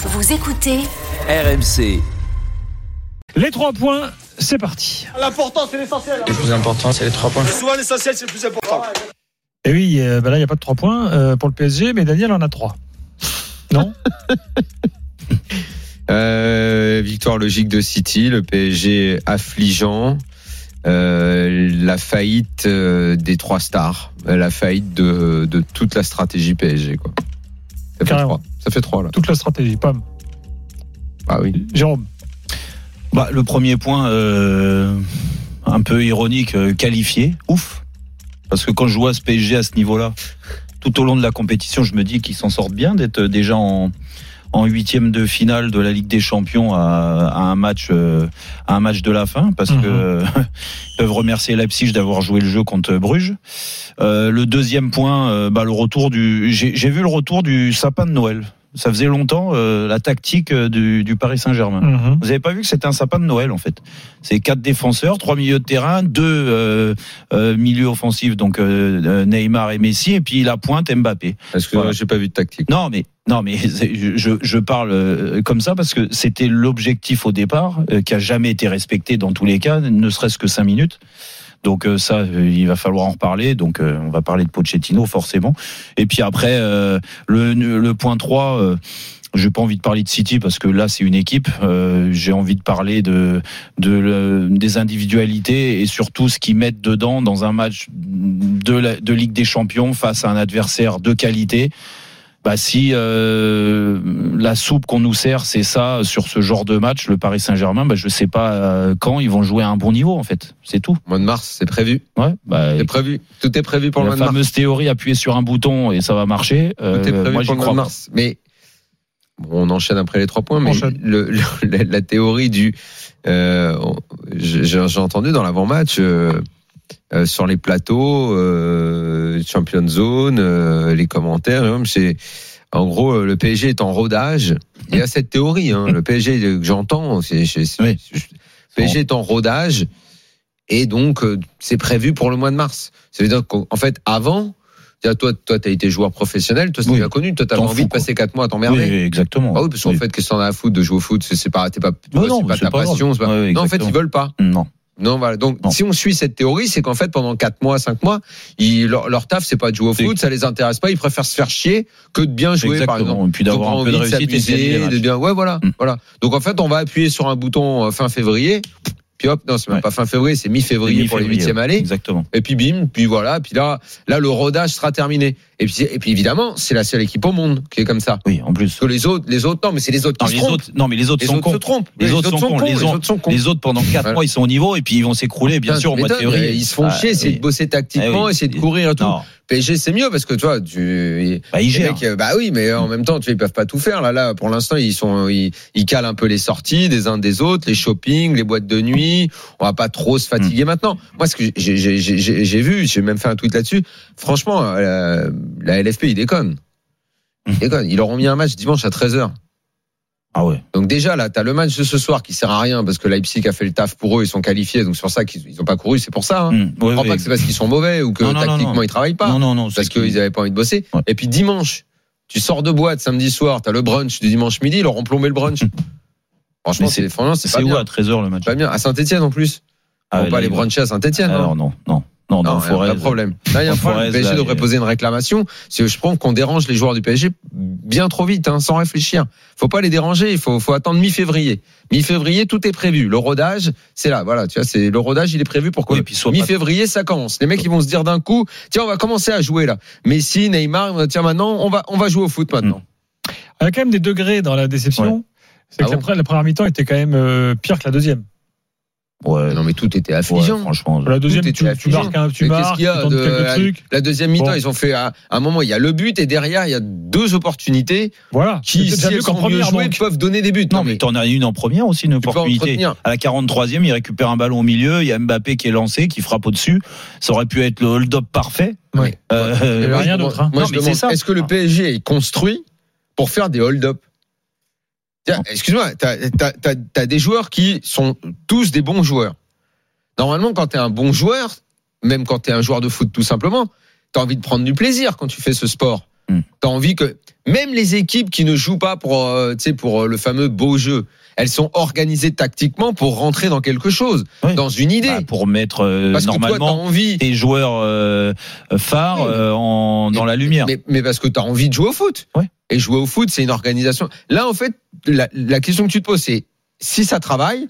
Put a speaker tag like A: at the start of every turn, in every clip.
A: Vous écoutez
B: RMC.
C: Les trois points, c'est parti.
D: L'important, c'est l'essentiel.
E: Le plus important, c'est les trois points.
D: Souvent, l'essentiel, c'est le plus important.
C: Et oui, euh, bah là, il n'y a pas de trois points euh, pour le PSG, mais Daniel en a trois. Non
E: Euh, victoire logique de City, le PSG affligeant, euh, la faillite euh, des trois stars, euh, la faillite de, de toute la stratégie PSG. Quoi. Ça, fait
C: Carrément.
E: trois. Ça fait trois là.
C: Toute la stratégie, pam.
E: Ah oui.
C: Jérôme,
F: Bah, le premier point, euh, un peu ironique, euh, qualifié, ouf. Parce que quand je vois ce PSG à ce niveau-là, tout au long de la compétition, je me dis qu'ils s'en sortent bien d'être déjà en en huitième de finale de la Ligue des Champions à, à un match euh, à un match de la fin parce
C: Mhm.
F: que ils peuvent remercier Leipzig d'avoir joué le jeu contre Bruges. Euh, le deuxième point, euh, bah, le retour du j'ai j'ai vu le retour du sapin de Noël. Ça faisait longtemps euh, la tactique euh, du, du Paris Saint-Germain.
E: Mhm.
C: Mhm.
F: Vous n'avez pas vu que c'était un sapin de Noël en fait. C'est quatre défenseurs, trois milieux de terrain, deux euh, euh, milieux offensifs, donc euh, euh, Neymar et Messi, et puis la pointe Mbappé.
E: Parce que
F: Voilà.
E: j'ai pas vu de tactique.
F: Non mais non mais c'est- je, je parle euh, comme ça parce que c'était l'objectif au départ euh, qui a jamais été respecté dans tous les cas, ne serait-ce que cinq minutes. Donc euh, ça, euh, il va falloir en reparler. Donc euh, on va parler de Pochettino forcément. Et puis après euh, le, le point 3 euh, j'ai pas envie de parler de City parce que là c'est une équipe. Euh, j'ai envie de parler de, de le- des individualités et surtout ce qu'ils mettent dedans dans un match de, la- de Ligue des Champions face à un adversaire de qualité. Bah si euh, la soupe qu'on nous sert c'est ça sur ce genre de match, le Paris Saint-Germain, bah je sais pas euh, quand ils vont jouer à un bon niveau en fait. C'est tout.
E: Mois de mars, c'est prévu.
F: Ouais. Bah,
E: C'est prévu. Tout est prévu pour le
F: la
E: mois de mars.
F: fameuse théorie appuyer sur un bouton et ça va marcher.
E: Tout est
F: euh,
E: prévu pour
F: moi j'y
E: le mois
F: crois.
E: de
F: pas.
E: mars. Mais bon, on enchaîne après les trois points. Mais
C: Enchaîne.
E: le- le- la, la théorie du, euh, on- j'ai j'ai entendu dans l'avant-match euh, euh, sur les plateaux, euh, Champion Zone, euh, les commentaires. hein, c'est en gros, euh, le PSG est en rodage. Il y a cette théorie. hein, le PSG que j'entends, c'est c'est- c'est-
F: Oui.
E: PSG est en rodage et donc euh, c'est prévu pour le mois de mars. Ça veut dire qu'en en fait, avant, c'est-à-dire, toi, toi, t'as été joueur professionnel, toi, c'est
F: Oui.
E: bien connu, toi, t'avais
F: T'en
E: envie
F: fous,
E: de passer quatre mois à
F: Oui,
E: t'emmerder.
F: exactement.
E: Ah oui, parce qu'en
F: Oui.
E: fait, qu'est-ce que t'en as à foutre de jouer au foot C'est c'est pas, t'es pas, tu vois,
F: non,
E: c'est pas
F: mais
E: ta
F: c'est pas
E: passion.
F: grave.
E: c'est pas-
F: Ouais, ouais,
E: non, en fait,
F: exactement.
E: ils veulent pas.
F: Non.
E: Non, voilà. Donc,
F: Non.
E: si on suit cette théorie, c'est qu'en fait, pendant quatre mois, cinq mois, ils, leur, leur taf, c'est pas de jouer au
F: C'est-
E: foot, ça les intéresse pas, ils préfèrent se faire chier que de bien jouer, par exemple.
F: Exactement. Et puis d'avoir
E: Donc,
F: un peu de
E: envie
F: réussite et de
E: s'amuser,
F: gagner les
E: de
F: matchs.
E: bien- ouais, voilà,
F: Mm.
E: voilà. Donc en fait, on va appuyer sur un bouton euh, fin février. Puis hop, non, c'est même
F: Ouais.
E: pas fin février, c'est mi-février pour les
F: Mi-février,
E: huitièmes
F: ouais. Mm.
E: allées.
F: Exactement.
E: Et puis bim, puis voilà, puis là, là le rodage sera terminé. Et puis, et puis évidemment, c'est la seule équipe au monde qui est comme ça.
F: Oui, en plus.
E: Parce que les autres, les autres, non, mais c'est les autres qui
F: Non,
E: se
F: les
E: trompent.
F: autres, non, mais les autres
E: les
F: sont
E: autres se
F: cons.
E: trompent.
F: Les autres sont cons, les
E: Les
F: autres-
E: autres sont cons.
F: Les autres, pendant 4
E: Voilà.
F: mois, ils sont au niveau et puis ils vont s'écrouler, bien
E: Putain,
F: sûr, au
E: tu
F: mois de
E: m'étonnes,
F: février.
E: Ils se font chier, c'est de bosser tactiquement,
F: Ah, oui.
E: essayer de courir et tout.
F: Non,
E: PSG, c'est mieux parce que tu vois, tu,
F: bah, ils
E: Les
F: gèrent.
E: mecs, euh, bah oui, mais en même temps, tu vois, ils peuvent pas tout faire. Là, là, pour l'instant, ils sont, euh, ils, ils calent un peu les sorties des uns des autres, les shoppings, les boîtes de nuit. On va pas trop se fatiguer
F: Hmm.
E: maintenant. Moi, ce que j'ai- j'ai j'ai- j'ai- j'ai vu, j'ai même fait un tweet là-dessus. Franchement, euh, la LFP, ils déconnent.
F: Hmm.
E: Ils déconnent. Ils leur ont mis un match dimanche à 13h.
F: Ah ouais.
E: Donc déjà là, t'as le match de ce soir qui sert à rien parce que Leipzig a fait le taf pour eux, ils sont qualifiés, donc c'est pour ça qu'ils ils ont pas couru, c'est pour ça. Hein.
F: Hum, ouais,
E: Je crois
F: ouais.
E: pas que c'est parce qu'ils sont mauvais ou que
F: Non, non, non,
E: tactiquement
F: non.
E: ils travaillent pas
F: Non, non, non.
E: parce
F: c'est qu'ils-
E: qu'ils n'avaient pas envie de bosser.
F: Ouais.
E: Et puis dimanche, tu sors de boîte samedi soir, t'as le brunch du dimanche midi, ils leur ont plombé le brunch. Franchement,
F: Mais c'est-
E: c'est franchement, c'est pas
F: C'est où
E: bien.
F: à 13h le match
E: C'est pas bien. À Saint-Etienne en plus.
F: Ah,
E: on
F: ouais,
E: pas
F: là,
E: les
F: ils-
E: brunchers à Saint-Etienne. hein.
F: Alors, non, non. Non, dans
E: Non,
F: le
E: il y a
F: forêt.
E: un problème. Là, il y a un
F: Dans
E: problème.
F: Forez,
E: Le PSG
F: là,
E: devrait
F: il y a-
E: poser une réclamation. C'est- Je pense qu'on dérange les joueurs du PSG bien trop vite, hein, sans réfléchir. Faut pas les déranger. Il faut, faut attendre mi-février. Mi-février, tout est prévu. Le rodage, c'est là. Voilà, tu vois, c'est le rodage, il est prévu pour quoi
F: Oui, et puis soit pas-
E: Mi-février, ça commence. Les mecs, ils vont se dire d'un coup, tiens, on va commencer à jouer là. Messi, Neymar, ils vont dire, tiens, maintenant, on va, on va jouer au foot maintenant.
C: il y a quand même des degrés dans la déception. C'est
E: Ah
C: que la
E: bon
C: pre- la première mi-temps était quand même euh, pire que la deuxième.
F: Ouais,
E: Non, mais tout était
F: Mmh. ouais,
E: affligeant.
F: franchement.
C: Pour la deuxième,
E: Tout
C: tu,
E: était
C: tu
E: affligeant.
C: marques, un, tu
E: Mais
C: marques,
E: qu'est-ce qu'il y a
C: tu tentes
E: de-
C: quelques trucs.
E: La deuxième mi-temps,
C: Bon.
E: ils ont fait à, à un moment, il y a le but et derrière, il y a deux opportunités
C: Voilà.
E: qui,
C: C'est
E: si
C: déjà mieux
E: elles
C: qu'en
E: sont mieux
C: première,
E: jouées,
C: donc.
E: peuvent donner des buts.
F: Non, mais t'en as une en première aussi, une
E: peux
F: opportunité.
E: entretenir.
F: À la 43e, il récupère un ballon au milieu, il y a Mbappé qui est lancé, qui frappe au-dessus. Ça aurait pu être le hold-up parfait.
C: Ouais.
F: Euh,
E: Et
F: euh,
E: là,
C: rien
E: je
C: d'autre,
E: demande-
C: hein.
E: Moi,
F: Non,
E: je
F: mais c'est
E: demande,
F: ça. Ah.
E: est-ce que le PSG est construit pour faire des hold-up Tiens, Excuse-moi, t'as as, des joueurs qui sont tous des bons joueurs. Normalement, quand t'es un bon joueur, même quand t'es un joueur de foot tout simplement, t'as envie de prendre du plaisir quand tu fais ce sport.
F: Hmm.
E: T'as envie que même les équipes qui ne jouent pas pour, euh, tu sais, pour euh, le fameux beau jeu, elles sont organisées tactiquement pour rentrer dans quelque chose,
F: Oui.
E: dans une idée.
F: bah, pour mettre euh,
E: Parce que toi, t'as
F: normalement
E: envie
F: tes joueurs euh, phares
E: Oui, mais-
F: euh, en, dans
E: Mais-
F: la lumière.
E: Mais, mais parce que tu as envie de jouer au foot.
F: Ouais.
E: Et jouer au foot, c'est une organisation. Là, en fait, la, la question que tu te poses, c'est si ça travaille,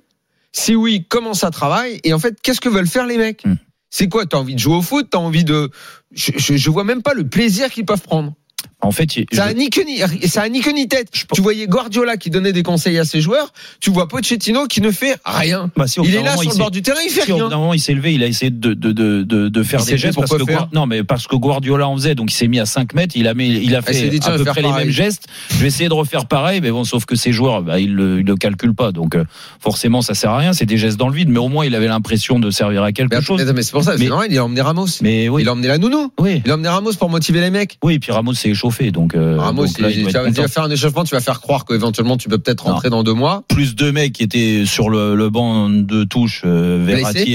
E: si oui, comment ça travaille, et en fait, qu'est-ce que veulent faire les mecs
F: Hmm.
E: C'est quoi T'as envie de jouer au foot T'as envie de je, je, je vois même pas le plaisir qu'ils peuvent prendre.
F: En fait, il-
E: Ça
F: je-
E: a ni queue ni ça a ni queue ni tête.
F: Je-
E: Tu voyais Guardiola qui donnait des conseils à ses joueurs. Tu vois Pochettino qui ne fait rien.
F: bah, si, au bout
E: Il
F: d'un
E: est là
F: moment,
E: sur le
F: s'est-
E: bord du terrain, il fait
F: si, au bout
E: rien.
F: d'un moment, il s'est levé, il a essayé de, de, de, de, de faire
E: Il s'est
F: des
E: levé
F: gestes
E: pour
F: parce
E: quoi
F: que,
E: faire
F: Guar- non, mais parce que Guardiola en faisait, donc il s'est mis à 5 mètres, il a, mis, il a
E: Ah, Il s'est
F: fait
E: dit, tiens,
F: à
E: je
F: peu
E: vais
F: près
E: faire
F: les
E: pareil.
F: mêmes gestes. Je vais essayer de refaire pareil, mais bon, sauf que ces joueurs, bah, ils le, ils le calculent pas, donc euh, forcément, ça sert à rien, c'est des gestes dans le vide, mais au moins, il avait l'impression de servir à quelque
E: Mais,
F: chose.
E: attends, mais c'est pour ça, c'est
F: Mais-
E: normal, il a emmené Ramos.
F: Mais oui,
E: Il a emmené la nounou.
F: oui,
E: Il a emmené Ramos pour motiver les mecs.
F: oui, et puis Ramos s'est échauffé, donc. euh,
E: Ramos,
F: donc là,
E: il-
F: il doit
E: tu,
F: être
E: vas, tu
F: content.
E: vas faire un échauffement, tu vas faire croire qu'éventuellement tu peux peut-être rentrer dans deux mois.
F: plus deux mecs qui étaient sur le, le banc de touche, euh, Verratti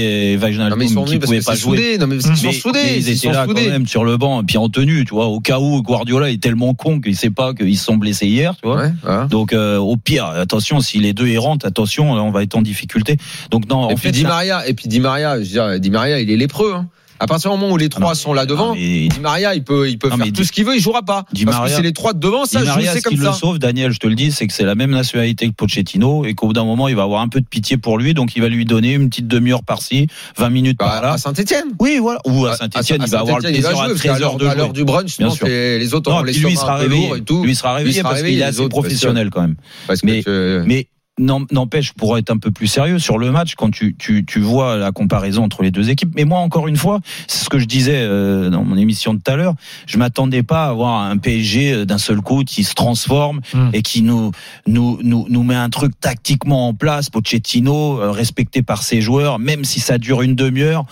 E: Non
F: et
E: mais ils
F: Vaginaldoum,
E: sont
F: qui
E: venus parce que
F: pouvaient
E: c'est
F: pas jouer.
E: soudé. Non mais ils sont
F: Mais- mais
E: soudés.
F: ils
E: Ils
F: étaient
E: sont
F: là quand
E: soudés.
F: même sur le banc, et puis en tenue, tu vois, au cas où Guardiola est tellement con qu'il sait pas qu'ils se sont blessés hier, tu vois.
E: Ouais, voilà.
F: Donc euh, au pire, attention, si les deux errantes, attention, là, on va être en difficulté. Donc non,
E: Et
F: en
E: puis
F: fait,
E: Di
F: ça-
E: Maria, et puis Di Maria, je veux dire, Di Maria, il est lépreux. hein. À partir du moment où les trois
F: mais-
E: sont là
F: non,
E: devant,
F: mais-
E: Di Maria, il peut, il peut
F: Non, mais
E: faire
F: Di-
E: tout ce qu'il veut, il jouera pas.
F: Di
E: parce que
F: Maria-
E: c'est les trois de devant, ça,
F: Di
E: je
F: Maria,
E: sais
F: ce
E: comme
F: qui le
E: ça.
F: sauve, Daniel, je te le dis, c'est que c'est la même nationalité que Pochettino et qu'au bout d'un moment, il va avoir un peu de pitié pour lui, donc il va lui donner une petite demi-heure par-ci, 20 minutes
E: Bah,
F: par-là.
E: à Saint-Etienne.
F: Oui, voilà. Ou à Saint-Etienne, il va avoir le plaisir à 13h de
E: À l'heure
F: jouer.
E: du brunch,
F: Bien
E: non,
F: sûr.
E: c'est- les autres
F: Non,
E: ont
F: puis
E: les
F: lui, il
E: sera
F: sera
E: un peu
F: réveillé.
E: lourds et tout.
F: Lui, il sera réveillé
E: sera
F: parce
E: réveillé,
F: qu'il est
E: les
F: assez
E: autres, bien
F: professionnel quand même.
E: Parce
F: Mais-
E: que tu-
F: Mais n'en- n'empêche, pour être un peu plus sérieux sur le match, quand tu, tu, tu vois la comparaison entre les deux équipes, mais moi, encore une fois, c'est ce que je disais euh, dans mon émission de tout à l'heure, je m'attendais pas à avoir un PSG euh, d'un seul coup qui se transforme
C: Mm.
F: et qui nous, nous, nous, nous met un truc tactiquement en place, Pochettino, euh, respecté par ses joueurs, même si ça dure une demi-heure.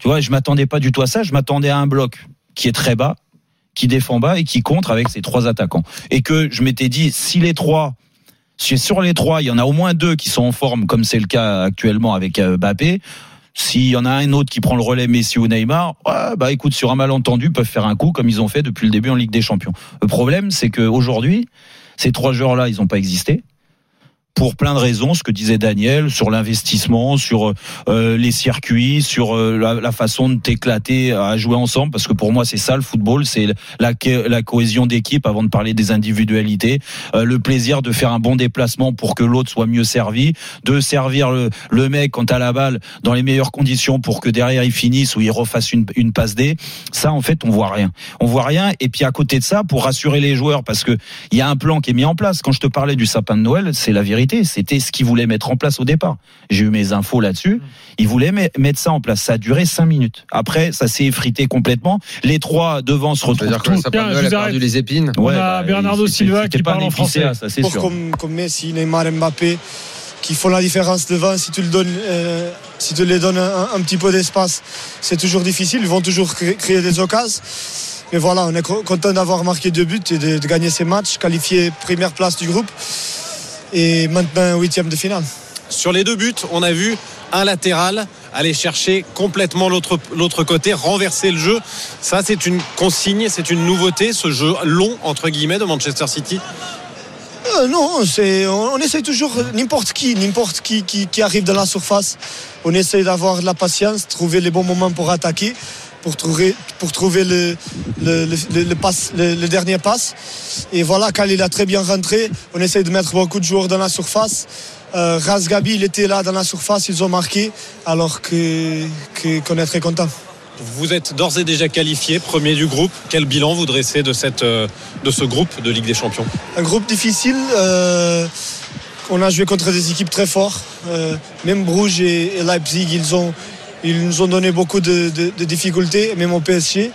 F: Tu vois, je m'attendais pas du tout à ça, je m'attendais à un bloc qui est très bas, qui défend bas et qui contre avec ses trois attaquants. Et que je m'étais dit, si les trois, si sur les trois, il y en a au moins deux qui sont en forme, comme c'est le cas actuellement avec euh, Mbappé, s'il y en a un autre qui prend le relais, Messi ou Neymar, ouais, bah écoute, sur un malentendu, ils peuvent faire un coup comme ils ont fait depuis le début en Ligue des Champions. Le problème, c'est qu'aujourd'hui, ces trois joueurs-là, ils n'ont pas existé. Pour plein de raisons, ce que disait Daniel sur l'investissement, sur euh, les circuits, sur euh, la, la façon de t'éclater à jouer ensemble, parce que pour moi c'est ça le football, c'est la, la cohésion d'équipe avant de parler des individualités, euh, le plaisir de faire un bon déplacement pour que l'autre soit mieux servi, de servir le, le mec quand à la balle dans les meilleures conditions pour que derrière il finisse ou il refasse une, une passe D. Ça en fait on voit rien, on voit rien. Et puis à côté de ça, pour rassurer les joueurs, parce que il y a un plan qui est mis en place. Quand je te parlais du sapin de Noël, c'est la vérité, c'était ce qu'ils voulaient mettre en place au départ. J'ai eu mes infos là-dessus. Ils voulaient me- mettre ça en place. Ça a duré cinq minutes. Après, ça s'est effrité complètement. Les trois devant se retrouvent
E: C'est-à-dire que
F: tous.
E: ça
C: Tiens, je
E: Noël a
C: vous
E: perdu
C: arrête.
E: les épines.
C: On a Bernardo
F: c'était-
C: Silva
F: c'était
C: qui
F: pas
C: parle
F: un
C: en
F: épicéa,
C: français.
F: ça c'est
D: Pour
F: sûr.
D: comme, comme Messi, Neymar, Mbappé, qui font la différence devant. Si tu, le donnes, euh, si tu les donnes un, un petit peu d'espace, c'est toujours difficile. Ils vont toujours cré- créer des occasions. Mais voilà, on est co- content d'avoir marqué deux buts et de, de gagner ces matchs, qualifié première place du groupe. Et maintenant, huitième de finale.
G: Sur les deux buts, on a vu un latéral aller chercher complètement l'autre l'autre côté, renverser le jeu. Ça, c'est une consigne, c'est une nouveauté, ce jeu long, entre guillemets, de Manchester City.
D: Euh, non, c'est, on, on essaie toujours, euh, n'importe qui, n'importe qui, qui qui arrive dans la surface, on essaie d'avoir de la patience, trouver les bons moments pour attaquer, pour trouver, pour trouver le, le, le, le- le passe- le- le dernier passe. Et voilà, Khalil il a très bien rentré, on essaie de mettre beaucoup de joueurs dans la surface. Euh, Razgabi, il était là dans la surface, ils ont marqué, alors que, que- qu'on est très content.
G: Vous êtes d'ores et déjà qualifié, premier du groupe. Quel bilan vous dressez de, cette, euh, de ce groupe de Ligue des Champions
D: un groupe difficile. euh, on a joué contre des équipes très fortes. Euh, même Bruges et, et Leipzig, ils, ont, ils nous ont donné beaucoup de, de- de difficultés, même au PSG.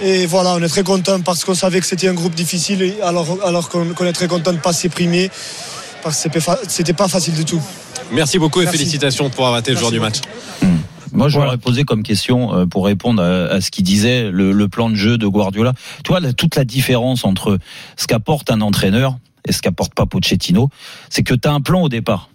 D: Et voilà, on est très content parce qu'on savait que c'était un groupe difficile, et alors, alors qu'on qu'on est très content de passer premier. Parce que c'était fa- c'était pas facile du tout.
G: Merci beaucoup et
D: Merci.
G: félicitations pour avoir été
D: Merci
G: le joueur du
D: beaucoup.
G: match.
F: Moi, je
C: Voilà.
F: leur ai posé comme question euh, pour répondre à, à ce qu'il disait, le, le plan de jeu de Guardiola. Tu vois, la- toute la différence entre ce qu'apporte un entraîneur et ce qu'apporte pas Pochettino, c'est que tu as un plan au départ.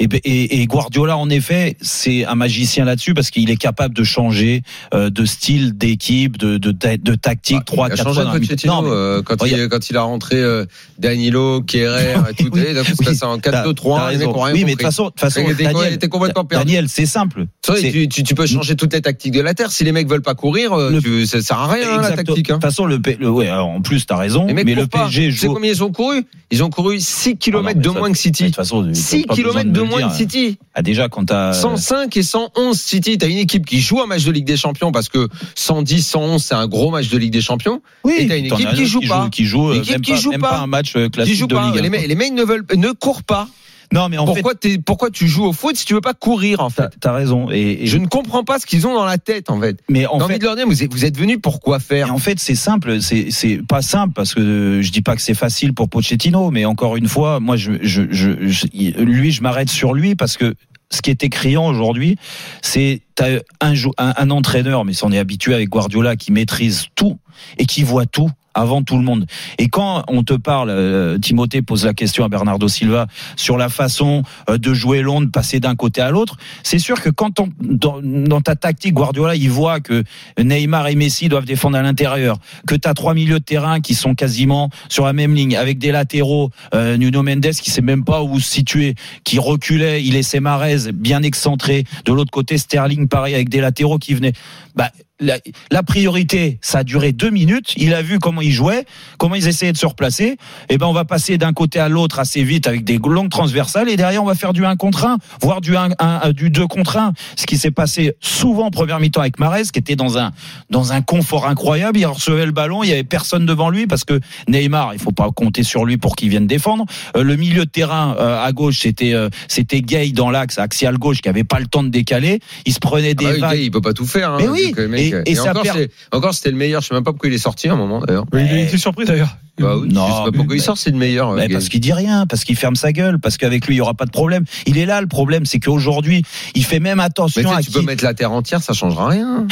F: Et, ben- et- et Guardiola, en effet, c'est un magicien là-dessus parce qu'il est capable de changer euh, de style d'équipe, de, de, ta- de tactique, trois,
E: Bah, il a
F: quatre
E: changé
F: fois. dans la mi-
E: Pochettino
F: Non, mais-
E: euh, quand,
F: regarde.
E: il, quand il a rentré euh, Danilo, Kerrer et tout.
F: Oui,
E: et d'un coup, c'est
F: oui,
E: passé en
F: t'as-
E: 4-2-3.
F: t'as
E: Les mecs ont rien
F: oui, mais de toute
E: compris.
F: façon, de toute façon
E: Il était-
F: Daniel,
E: il était complètement perdu.
F: Daniel, c'est simple.
E: Tu vois,
F: C'est-
E: Tu, tu- tu peux changer toutes les tactiques de la Terre. Si les mecs veulent pas courir, euh,
F: Le-
E: tu- ça sert à rien hein, la
F: Exacto.
E: tactique.
F: De
E: hein.
F: toute façon, le, P- le- ouais, alors, en plus, t'as raison,
E: Les
F: mais
E: mecs
F: le
E: courent pas.
F: PSG
E: Tu sais
F: joue.
E: combien ils ont couru Ils ont couru 6
F: Ah
E: km
F: non, mais
E: de
F: ça,
E: moins que
F: De
E: City.
F: toute façon, t'as
E: 6
F: pas besoin
E: km
F: me
E: de
F: le
E: moins
F: dire.
E: que City.
F: Ah, déjà, quand t'as.
E: 105 et 111 City. T'as une équipe qui joue un match de Ligue des Champions parce que 110, 111, c'est un gros match de Ligue des Champions.
F: Oui,
E: et t'as une
F: t'en
E: équipe
F: as
E: qui
F: autre
E: joue pas.
F: Qui joue, euh,
E: L'équipe
F: même
E: qui
F: pas,
E: joue
F: même
E: pas.
F: pas un match euh,
E: Qui
F: classique
E: jouent
F: de
E: pas.
F: Ligue
E: Les,
F: 1,
E: mecs- les mecs ne veulent, ne courent pas.
F: quoi. Non, mais en fait,
E: pourquoi, t'es- pourquoi tu joues au foot si tu veux pas courir en
F: t'as-
E: fait
F: t'as raison. Et, et-
E: Je ne comprends pas ce qu'ils ont dans la tête en fait.
F: mais en
E: J'ai
F: fait,
E: envie de leur dire, vous êtes, vous êtes venus pour quoi
F: Et
E: faire
F: en fait, c'est simple, c'est c'est pas simple parce que euh, je dis pas que c'est facile pour Pochettino, mais encore une fois, moi, je, je, je, je- il- lui, je m'arrête sur lui parce que ce qui était criant aujourd'hui, c'est t'as un, jou- un, un entraîneur, mais on est habitué avec Guardiola, qui maîtrise tout et qui voit tout avant tout le monde. Et quand on te parle, euh, Timothée pose la question à Bernardo Silva sur la façon euh, de jouer Londres, passer d'un côté à l'autre, c'est sûr que quand on, dans, dans ta tactique, Guardiola, il voit que Neymar et Messi doivent défendre à l'intérieur, que tu as trois milieux de terrain qui sont quasiment sur la même ligne, avec des latéraux, euh, Nuno Mendes qui sait même pas où se situer, qui reculait, il laissait Marez bien excentré, de l'autre côté Sterling pareil, avec des latéraux qui venaient. Bah, la, la priorité, ça a duré deux minutes, il a vu comment ils jouaient, comment ils essayaient de se replacer, et ben on va passer d'un côté à l'autre assez vite avec des longues transversales, et derrière on va faire du 1 contre 1, voire du, 1, du 2 contre 1, ce qui s'est passé souvent en première mi-temps avec Marez, qui était dans un dans un confort incroyable. Il recevait le ballon, il y avait personne devant lui parce que Neymar, il faut pas compter sur lui pour qu'il vienne défendre. Euh, le milieu de terrain euh, à gauche, c'était euh, c'était Gay dans l'axe axial gauche qui avait pas le temps de décaler. Il se prenait
E: Ah
F: des
E: bah oui, le gars,
F: vagues.
E: il peut pas tout faire. hein,
F: Mais oui,
E: vu que le mec-
F: et- et
E: et
F: ça
E: encore,
F: perd-
E: c'est- encore, c'était le meilleur. Je sais même pas pourquoi il est sorti à un moment d'ailleurs.
C: Oui, Il a
F: Eh.
C: été surpris d'ailleurs.
E: Bah oui,
F: Non,
E: je sais pas pourquoi
F: mais-
E: il sort, c'est le meilleur.
F: Mais
E: euh,
F: parce
E: gars.
F: qu'il dit rien, parce qu'il ferme sa gueule, parce qu'avec lui il y aura pas de problème. Il est là le problème, c'est qu'aujourd'hui il fait même
E: Mais tu
F: attention
E: sais,
F: à
E: tu peux
F: qui-
E: mettre la terre entière, ça changera rien.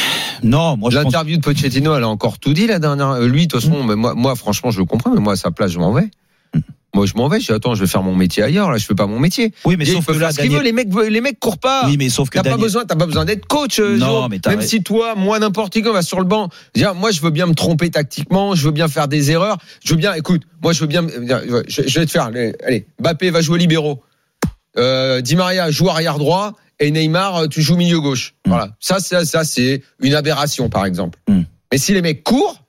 F: Non, moi je pense. Mm.
E: L'interview de Pochettino, elle a encore tout dit la dernière. euh, Lui, de toute façon, mais moi, moi, franchement, je le comprends, mais moi, à sa place, je m'en vais. Moi, je m'en vais. Je dis, attends, je vais faire mon métier ailleurs. Là, je fais pas mon métier.
F: Oui, mais
E: Il
F: sauf
E: peut
F: que
E: faire
F: là,
E: ce qu'il
F: Daniel-
E: veut. Les mecs, veulent- les mecs courent pas.
F: Oui, mais sauf que
E: T'as pas
F: Daniel-
E: besoin, t'as pas besoin d'être coach. euh,
F: Non,
E: Jérôme.
F: mais t'as
E: même
F: raison.
E: si toi, moi, n'importe qui, on va sur le banc. Dire, moi, je veux bien me tromper tactiquement, je veux bien faire des erreurs, je veux bien. Écoute, moi, je veux bien. me- Je, je vais te faire. les- Allez, Mbappé va jouer libéraux. Euh, Di Maria joue arrière droit et Neymar, euh, tu joues milieu gauche.
F: Mm.
E: Voilà. Ça, ça, ça, c'est une aberration, par exemple.
F: Mm.
E: Mais si les mecs courent,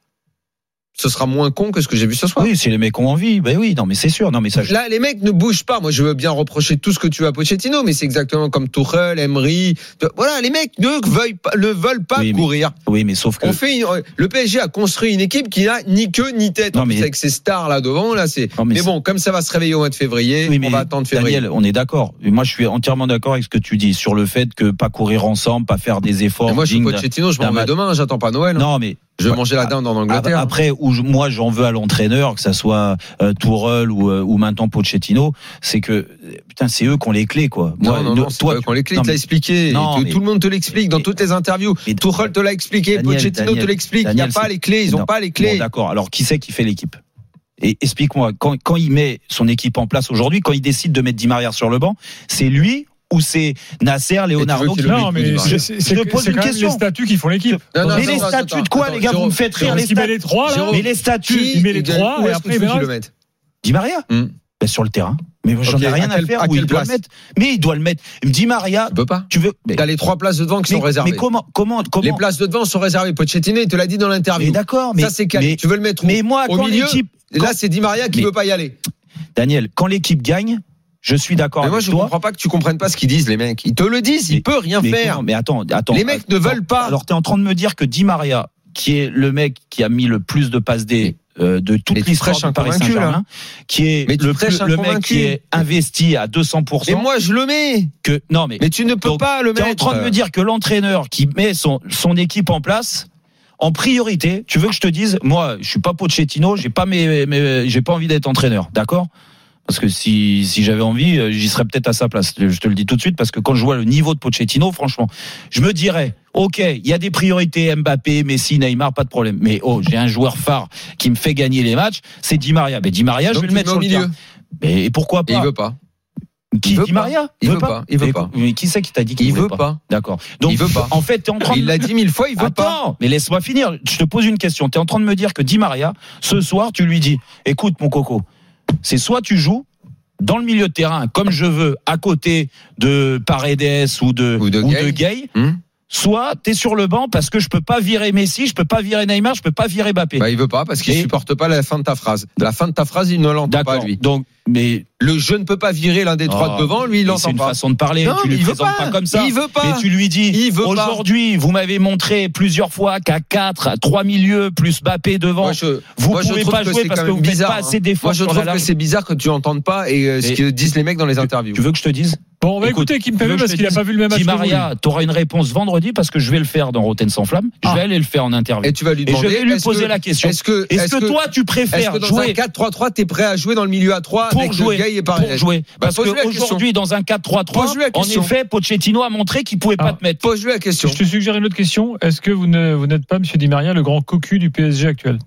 E: ce sera moins con que ce que j'ai vu ce soir.
F: Oui, si les mecs ont envie, ben oui, non, mais c'est sûr, non, mais ça. je-
E: Là, les mecs ne bougent pas. Moi, je veux bien reprocher tout ce que tu veux à Pochettino, mais c'est exactement comme Tuchel, Emery. Voilà, les mecs ne veuillent pas, ne veulent pas
F: Oui, mais-
E: courir.
F: Oui, mais sauf que.
E: On fait une- le PSG a construit une équipe qui n'a ni queue ni tête.
F: Non,
E: En
F: mais-
E: plus, avec ces stars là devant, là, c'est.
F: Non,
E: Mais,
F: mais c'est-
E: bon, comme ça va se réveiller au mois de février,
F: Oui, mais
E: on va attendre février.
F: Daniel, on est d'accord. Et Moi, je suis entièrement d'accord avec ce que tu dis sur le fait que pas courir ensemble, pas faire des
E: Et
F: efforts.
E: moi, je suis
F: dignes d'un-
E: Pochettino, je m'en vais
F: match.
E: demain. J'attends pas Noël.
F: Non, mais
E: Je vais
F: Ouais. ah,
E: manger la dinde en Angleterre.
F: Après, où je- moi j'en veux à l'entraîneur, que ça soit euh, Tourelle ou, euh, ou maintenant Pochettino, c'est que euh, putain, c'est eux qui ont les clés, quoi. Moi,
E: non, non,
F: no-
E: non, c'est pas eux qui ont les clés,
F: non,
E: il te l'a
F: mais-
E: expliqué.
F: Non,
E: tout,
F: mais-
E: tout le monde te l'explique dans
F: mais-
E: toutes les interviews.
F: mais-
E: Tuchel te l'a expliqué,
F: Daniel,
E: Pochettino
F: Daniel,
E: te l'explique. Il n'y a
F: Daniel,
E: pas
F: c'est-
E: les clés, ils n'ont
F: Non.
E: pas les
F: Bon,
E: clés.
F: D'accord. Alors, qui c'est qui fait l'équipe Et explique-moi, quand, quand il met son équipe en place aujourd'hui, quand il décide de mettre Di Maria sur le banc, c'est lui ou c'est Nasser,
E: veux
F: Leonardo
E: qu'il
F: qui-
E: le mette
C: Non,
E: Di
C: mais
E: Maria.
C: c'est- c'est
F: Je te
C: c'est-
F: pose
C: c'est
F: une
C: quand même
F: question.
C: les statuts qui font l'équipe.
E: Non, non,
F: Mais
E: attends,
F: les
E: attends,
F: statuts de
E: attends,
F: quoi,
E: attends,
F: les gars Vous
E: Jérôme,
F: me faites rire,
E: Jérôme,
F: les
C: S'il met
F: statuts.
C: les trois, là,
E: Jérôme,
F: Mais les statuts.
C: il met les
E: de-
C: trois, et
E: où est-ce
C: après,
E: que tu
C: il
E: veux
C: met
E: qu'il
C: un-
E: le mette
F: Di Maria
E: Hum.
F: Ben, Sur le terrain. Mais j'en
E: Ok,
F: ai rien
E: à
F: à,
E: quel-
F: faire.
E: à
F: où il
E: quelle
F: doit le
E: place
F: mettre. Mais il doit le mettre. Di Maria,
E: Tu peux pas.
F: tu veux. mais-
E: T'as les trois places de devant qui
F: mais-
E: sont réservées.
F: mais comment, comment, comment
E: Les places de devant sont réservées. Pochettino, il te l'a dit dans
F: Mais
E: l'interview.
F: d'accord, mais,
E: Ça, c'est calme.
F: mais-
E: Tu veux le mettre où
F: mais moi,
E: Au
F: quand
E: milieu,
F: l'équipe,
E: Et Là, c'est Di Maria qui
F: Mais-
E: veut pas y aller.
F: Daniel, quand l'équipe gagne, je suis d'accord
E: Mais
F: avec
E: moi, je
F: toi.
E: comprends pas que tu comprennes pas ce qu'ils disent, les mecs. Ils te le disent, il
F: Mais-
E: peut rien
F: mais
E: faire.
F: comment- mais attends, attends.
E: Les mecs ne
F: Attends.
E: veulent pas.
F: Alors, t'es en train de me dire que Di Maria, qui est le mec qui a mis le plus de passes des euh, de
E: Mais
F: toute
E: tu
F: l'histoire
E: prêches
F: du
E: un
F: Paris
E: convaincu,
F: Saint-Germain, qui est
E: Mais tu
F: le,
E: prêches
F: plus-
E: un
F: le mec
E: convaincu.
F: qui est investi à 200%.
E: Mais moi, je le mets.
F: que, non, mais
E: Mais tu ne peux
F: Donc,
E: pas le
F: T'es
E: mettre.
F: en train de me dire que l'entraîneur qui met son, son équipe en place, en priorité, tu veux que je te dise, moi, je suis pas Pochettino, j'ai pas mes, mes- j'ai pas envie d'être entraîneur, d'accord Parce que si, si j'avais envie, euh, j'y serais peut-être à sa place. Je te le dis tout de suite parce que quand je vois le niveau de Pochettino, franchement, je me dirais, ok, il y a des priorités, Mbappé, Messi, Neymar, pas de problème. Mais oh, j'ai un joueur phare qui me fait gagner les matchs, c'est Di Maria. Mais Di Maria, je
E: Donc,
F: vais
E: tu
F: le mettre
E: mets
F: sur
E: au
F: le
E: milieu.
F: terrain. Mais pourquoi
E: Et il
F: pas
E: veut pas.
F: Qui
E: il veut
F: Di Maria
E: Il veut pas, il veut
F: Mais-
E: pas.
F: Mais qui c'est qui t'a dit qu'il
E: Il veut
F: voulait
E: pas.
F: D'accord. Donc,
E: Il veut pas.
F: en fait, t'es en train de.
E: Il l'a dit mille fois, il veut pas.
F: Attends, mais laisse-moi finir. Je te pose une question. T'es en train de me dire que Di Maria, ce soir, tu lui dis écoute, mon coco, c'est soit tu joues dans le milieu de terrain, comme je veux, à côté de Paredes ou de,
E: Ou de Gay.
F: Gay,
E: Hum
F: soit t'es sur le banc parce que je peux pas virer Messi, je peux pas virer Neymar, je peux pas virer Mbappé.
E: Bah, il veut pas parce qu'il
F: Et-
E: supporte pas la fin de ta phrase. La fin de ta phrase, il ne l'entend pas,
F: D'accord.
E: lui.
F: Donc, mais.
E: Le je ne peux pas virer l'un des trois
F: Oh,
E: de devant, lui, il
F: mais
E: l'entend
F: C'est une
E: pas.
F: façon de parler.
E: Non,
F: tu
E: mais
F: lui
E: il veut
F: présentes
E: pas.
F: pas. comme ça.
E: Il veut pas.
F: Mais tu lui dis
E: Il veut pas.
F: aujourd'hui, vous m'avez montré plusieurs fois qu'à 4, 3 milieux plus Mbappé devant.
E: Moi, je,
F: Vous
E: moi, je
F: pouvez
E: trouve
F: pas
E: que
F: jouer
E: c'est
F: parce
E: quand
F: que
E: même
F: vous faites
E: bizarre,
F: pas
E: hein.
F: assez d'efforts
E: Moi, je
F: sur la
E: trouve que
F: large.
E: c'est bizarre que tu n'entendes pas et euh, ce
F: Mais-
E: que disent les mecs dans les interviews.
F: Tu veux que je te dise
C: Bon, on va
F: Écoute,
C: écouter Kim Pembe
F: veux que
C: parce
F: je te
C: qu'il n'a
F: dise
C: pas vu le même match.
F: Di
C: que vous,
F: Maria, t'auras une réponse vendredi parce que je vais le faire dans Rotten sans flamme. Je vais aller le faire en interview.
E: Ah. Et tu vas lui
F: Et je
E: demander.
F: vais lui
E: est-ce
F: poser
E: que-
F: la question.
E: Est-ce que,
F: Est-ce que, toi, tu
E: est-ce
F: préfères
E: que dans un
F: jouer
E: 4-3-3, t'es prêt à jouer dans le milieu à 3
F: pour
E: avec
F: jouer,
E: le gay et
F: pour
E: Paredes
F: jouer Parce
E: Bah, pose-lui la
F: qu'aujourd'hui, dans un
E: Pose-lui la
F: 4-3-3, en
E: question.
F: effet, Pochettino a montré qu'il pouvait pas
C: Ah.
F: te mettre.
E: Pose-lui la
C: oui.
E: question.
C: Je te suggère une autre question. Est-ce que vous ne- vous n'êtes pas, Monsieur Di Maria, le grand cocu du PSG actuel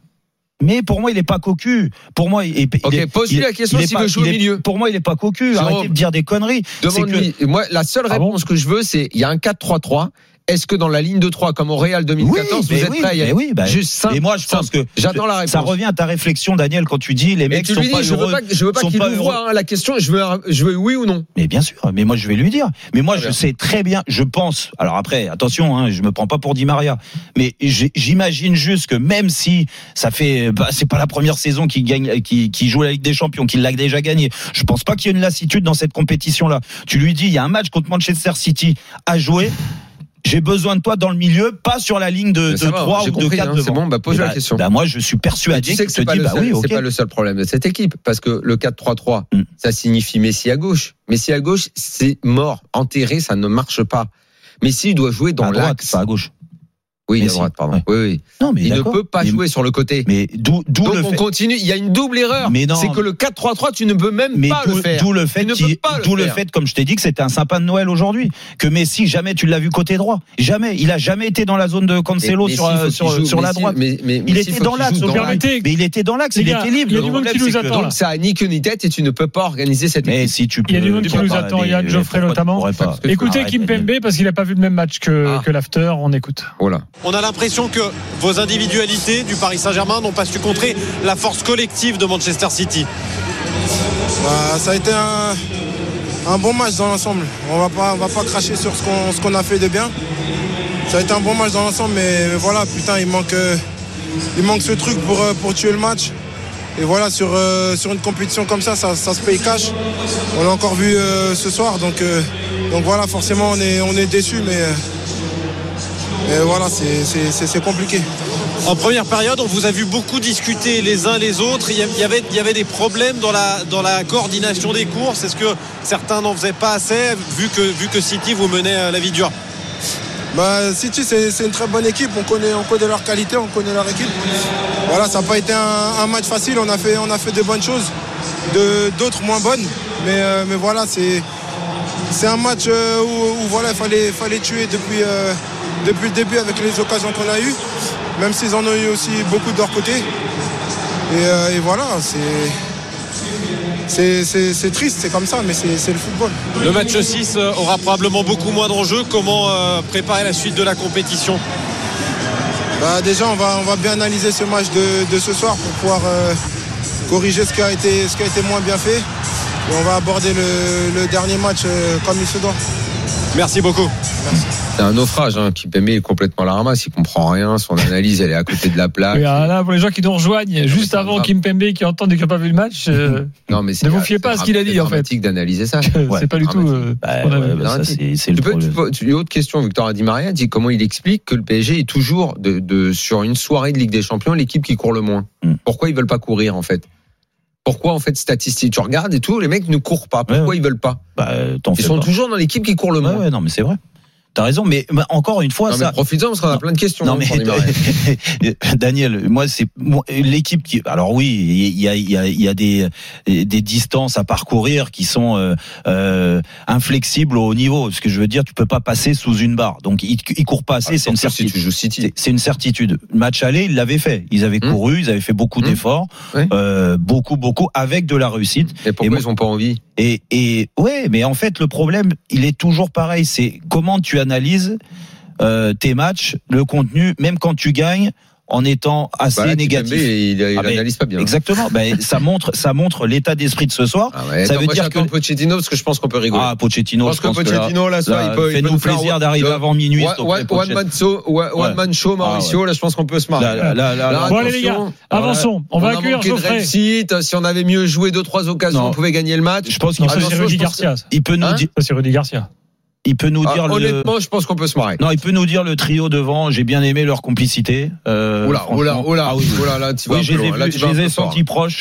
F: Mais pour moi, il est pas cocu. Pour moi, il est.
E: Ok,
F: il est-
E: pose-lui
F: il est-
E: la question
F: il est
E: s'il
F: pas-
E: veut jouer au
F: il est-
E: milieu.
F: Pour moi, il est pas cocu.
E: Jérôme.
F: Arrêtez de dire des conneries. C'est que-
E: Demande-lui. Et Moi, la seule
C: Ah bon
E: réponse que je veux, c'est il y a un 4-3-3. Est-ce que dans la ligne de 3, comme au Real 2014,
F: mais
E: vous êtes
F: oui,
E: prêt à y aller
F: mais oui, bah,
E: Juste simple.
F: Et moi, je pense
E: simple.
F: que
E: J'attends la réponse.
F: ça revient à ta réflexion, Daniel, quand tu dis les
E: Mais
F: mecs
E: tu
F: sont
E: lui dis,
F: pas
E: je veux
F: heureux.
E: pas, que- je veux pas
F: sont
E: qu'il
F: pas
E: ouvre
F: heureux.
E: hein, la question, je veux, un- je veux oui ou non.
F: Mais bien sûr, mais moi je vais lui dire. Mais moi
E: Très
F: je
E: bien.
F: sais très bien, je pense. Alors après, attention, hein, je me prends pas pour Di Maria, mais j'ai- j'imagine juste que même si ça fait, bah, c'est pas la première saison qu'il gagne, qui joue la Ligue des Champions, qu'il l'a déjà gagné. Je pense pas qu'il y ait une lassitude dans cette compétition-là. Tu lui dis, il y a un match contre Manchester City à jouer. J'ai besoin de toi dans le milieu, pas sur la ligne de,
E: Mais ça
F: de
E: va,
F: 3
E: j'ai
F: ou de
E: compris,
F: 4
E: hein,
F: devant.
E: c'est bon, bah, pose
F: Eh
E: la
F: ben,
E: question.
F: bah, moi, je suis
E: Mais
F: persuadé
E: tu sais que
F: qu'il te
E: c'est pas,
F: dit,
E: le
F: bah
E: seul-
F: oui,
E: c'est
F: ok.
E: pas le seul problème de cette équipe, parce que le 4-3-3,
F: Mm.
E: ça signifie Messi à gauche. Messi à gauche, c'est mort, enterré, ça ne marche pas. Messi il doit jouer dans
F: à droite,
E: l'axe.
F: pas à gauche.
E: Oui, à
F: Messi,
E: droite, pardon.
F: ouais.
E: Oui, oui.
F: Non, mais
E: Il ne
F: d'accord.
E: peut pas
F: Mais-
E: jouer sur le côté.
F: Mais d'où d'où
E: Donc
F: le
E: on
F: fait.
E: continue. Il y a une double erreur.
F: Mais non.
E: C'est que le 4-3-3, tu ne peux même
F: mais
E: pas
F: d'où-
E: le faire.
F: d'où le fait
E: ne
F: qu'il-
E: peut pas le
F: d'où le
E: faire.
F: fait comme je t'ai dit que c'était un sapin de Noël aujourd'hui que Messi jamais tu l'as vu côté droit jamais il a jamais été dans la zone de Cancelo
E: Mais-
F: sur
E: Messi, faut
F: euh,
E: qu'il
F: sur,
E: joue.
F: sur la
E: Messi-
F: droite
E: mais- mais-
F: il
E: Messi, faut
F: était
E: qu'il
F: dans
E: joue
F: l'axe
E: dans
F: aujourd'hui.
E: l'axe.
C: Permettez-
F: mais il était dans l'axe
C: Les
F: il
C: gars,
F: était libre
C: il y a
F: le
C: du monde
F: problème,
C: qui nous
F: c'est que-
C: attend, là.
E: Donc ça a ni queue ni tête et tu ne peux pas organiser cette
F: mais si tu
C: Il y a
F: peux-
C: du monde
F: tu
C: qui nous
F: pourras-
C: attend, il y a
F: mais-
C: Geoffrey
F: pourquoi tu
C: notamment.
F: pourrais pas
E: Parce que-
C: Écoutez
F: Arrête,
C: Kim
F: Daniel.
C: Pembe parce qu'il n'a pas vu le même match que,
E: Ah.
C: que l'after. On écoute.
E: Voilà.
G: On a l'impression que vos individualités du Paris Saint-Germain n'ont pas su contrer la force collective de Manchester City.
D: Bah, ça a été un, un bon match dans l'ensemble. On va pas, on va pas cracher sur ce qu'on, ce qu'on a fait de bien. Ça a été un bon match dans l'ensemble, mais, mais voilà, putain, il manque, euh, il manque ce truc pour, euh, pour tuer le match. Et voilà, sur, euh, sur une compétition comme ça, ça, ça se paye cash. On l'a encore vu euh, ce soir, donc, euh, donc voilà, forcément, on est, on est déçus, mais, euh, mais voilà, c'est- c'est- c'est c'est compliqué.
G: En première période, on vous a vu beaucoup discuter les uns les autres. Il y a- il y avait, il y avait des problèmes dans la, dans la coordination des courses. Est-ce que certains n'en faisaient pas assez vu que, vu que City vous menait euh, la vie dure
D: Bah, City, c'est c'est une très bonne équipe. On connaît, on connaît leur qualité, on connaît leur équipe. Voilà, ça n'a pas été un, un match facile. On a fait, on a fait des bonnes choses, de- d'autres moins bonnes. Mais, euh, mais voilà, c'est c'est un match euh, où, où voilà, fallait, fallait tuer depuis, euh, depuis le début avec les occasions qu'on a eues. Même s'ils en ont eu aussi beaucoup de leur côté. Et, euh, et voilà, c'est. c'est- C'est c'est triste, c'est comme ça, mais c'est c'est le football.
G: Le match 6 euh, aura probablement beaucoup moins d'enjeux. Comment euh, préparer la suite de la compétition
D: Bah, déjà, on va, on va bien analyser ce match de, de ce soir pour pouvoir euh, corriger ce qui, a été, ce qui a été moins bien fait. Et on va aborder le, le dernier match euh, comme il se doit.
G: Merci beaucoup.
E: C'est un naufrage. Hein. Kipembe est complètement à la ramasse. Il comprend rien. Son analyse, elle est à côté de la plaque.
C: Mais, ah, là, pour les gens qui nous
F: Ah,
C: rejoignent, juste
E: c'est
C: avant
E: grave.
C: Kim Pembe qui entendent et qui n'ont pas vu le match, euh,
E: Non, mais c'est-
C: Ne vous fiez
E: c'est
C: pas à ce
E: dra-
C: qu'il a dit,
E: c'est
C: en fait.
E: dramatique d'analyser ça.
F: Ouais,
C: c'est pas du tout.
E: dramatique.
C: euh,
F: Bah,
C: ce qu'on a
F: ouais,
C: vu.
F: bah, ça, c'est c'est le
E: Tu peux, tu
F: problème.
E: peux- tu- une autre question, Victor a dit Maria, dit comment il explique que le PSG est toujours de, de- sur une soirée de Ligue des Champions l'équipe qui court le moins.
F: Hmm.
E: Pourquoi ils veulent pas courir en fait Pourquoi en fait statistiques tu regardes et tout, les mecs ne courent pas. Pourquoi
F: Ouais, ouais.
E: ils veulent pas
F: Bah, euh, t'en
E: Ils
F: fais
E: sont
F: pas.
E: toujours dans l'équipe qui court le moins.
F: Ouais, ouais, non, mais c'est vrai. T'as raison, mais bah, encore une fois,
E: Non, mais
F: ça.
E: profitons parce qu'on a
F: Non.
E: plein de questions.
F: Non
E: hein,
F: mais
E: pour Di Maria.
F: Daniel, moi c'est moi, l'équipe qui. Alors oui, il y a, il y a, il y a des, des distances à parcourir qui sont euh, euh, inflexibles au haut niveau. Ce que je veux dire, tu peux pas passer sous une barre. Donc ils ils courent pas assez, c'est une
E: Surtout Ah, si
F: certitude.
E: tu joues City.
F: C'est- C'est une certitude. Match aller, ils l'avaient fait. Ils avaient
E: Mmh.
F: couru, ils avaient fait beaucoup
E: Mmh.
F: d'efforts,
E: Ouais.
F: euh, beaucoup, beaucoup, avec de la réussite.
E: Et pourquoi
F: Et moi-
E: ils ont pas envie
F: Et, et ouais, mais en fait, le problème, il est toujours pareil. C'est comment tu analyses euh, tes matchs, le contenu, même quand tu gagnes, en étant assez
E: Bah, là,
F: négatif.
E: Kimpembe, il, il
F: Ah, mais-
E: analyse pas bien.
F: Exactement. ben, ça montre, ça montre l'état d'esprit de ce soir.
E: hein. Ah ouais,
F: Ça
E: attends,
F: veut
E: moi,
F: dire
E: j'attends
F: que-
E: Pochettino parce que je pense qu'on peut rigoler.
F: Ah, Pochettino,
E: je pense que
F: là,
E: Pochettino là, ça, il
F: là,
E: peut, il peut
F: fais-nous
E: nous faire
F: plaisir
E: one-
F: d'arriver
E: le-
F: avant minuit. s'il te
E: One,
F: plaît,
E: one- one
F: Pochettino.
E: man show, one- one
F: Ouais.
E: man show, Mauricio. Là, je pense qu'on peut se marrer.
F: Là, là, là, là,
E: Là,
F: là.
C: Bon, allez, les gars,
E: attention.
C: avançons. On va
E: a
C: accueillir
E: manqué de
C: Geoffrey.
F: Ah,
E: réussite. Si on avait mieux joué deux trois occasions,
F: Non.
E: on pouvait gagner le match.
F: Je pense qu'il
C: Non,
E: Ah,
F: peut,
C: ça, c'est
E: attention,
C: Rudy
E: je pense que-
C: Garcia. ça.
F: il peut nous
E: Hein
F: dire,
C: Ça, c'est Rudy Garcia.
F: il peut nous
E: Ah,
F: dire le.
E: Honnêtement, je pense qu'on peut se marrer.
F: Non, il peut nous dire le trio devant. J'ai bien aimé leur complicité. Euh,
E: Oula,
F: franchement.
E: oula, oula,
F: Ah oui, oui.
E: oula, là, tu vas
F: Oui,
E: un
F: je
E: peu
F: les ai,
E: loin. Là,
F: vus-
E: tu
F: je
E: vas un
F: les
E: peu
F: ai
E: fort.
F: sentis proches.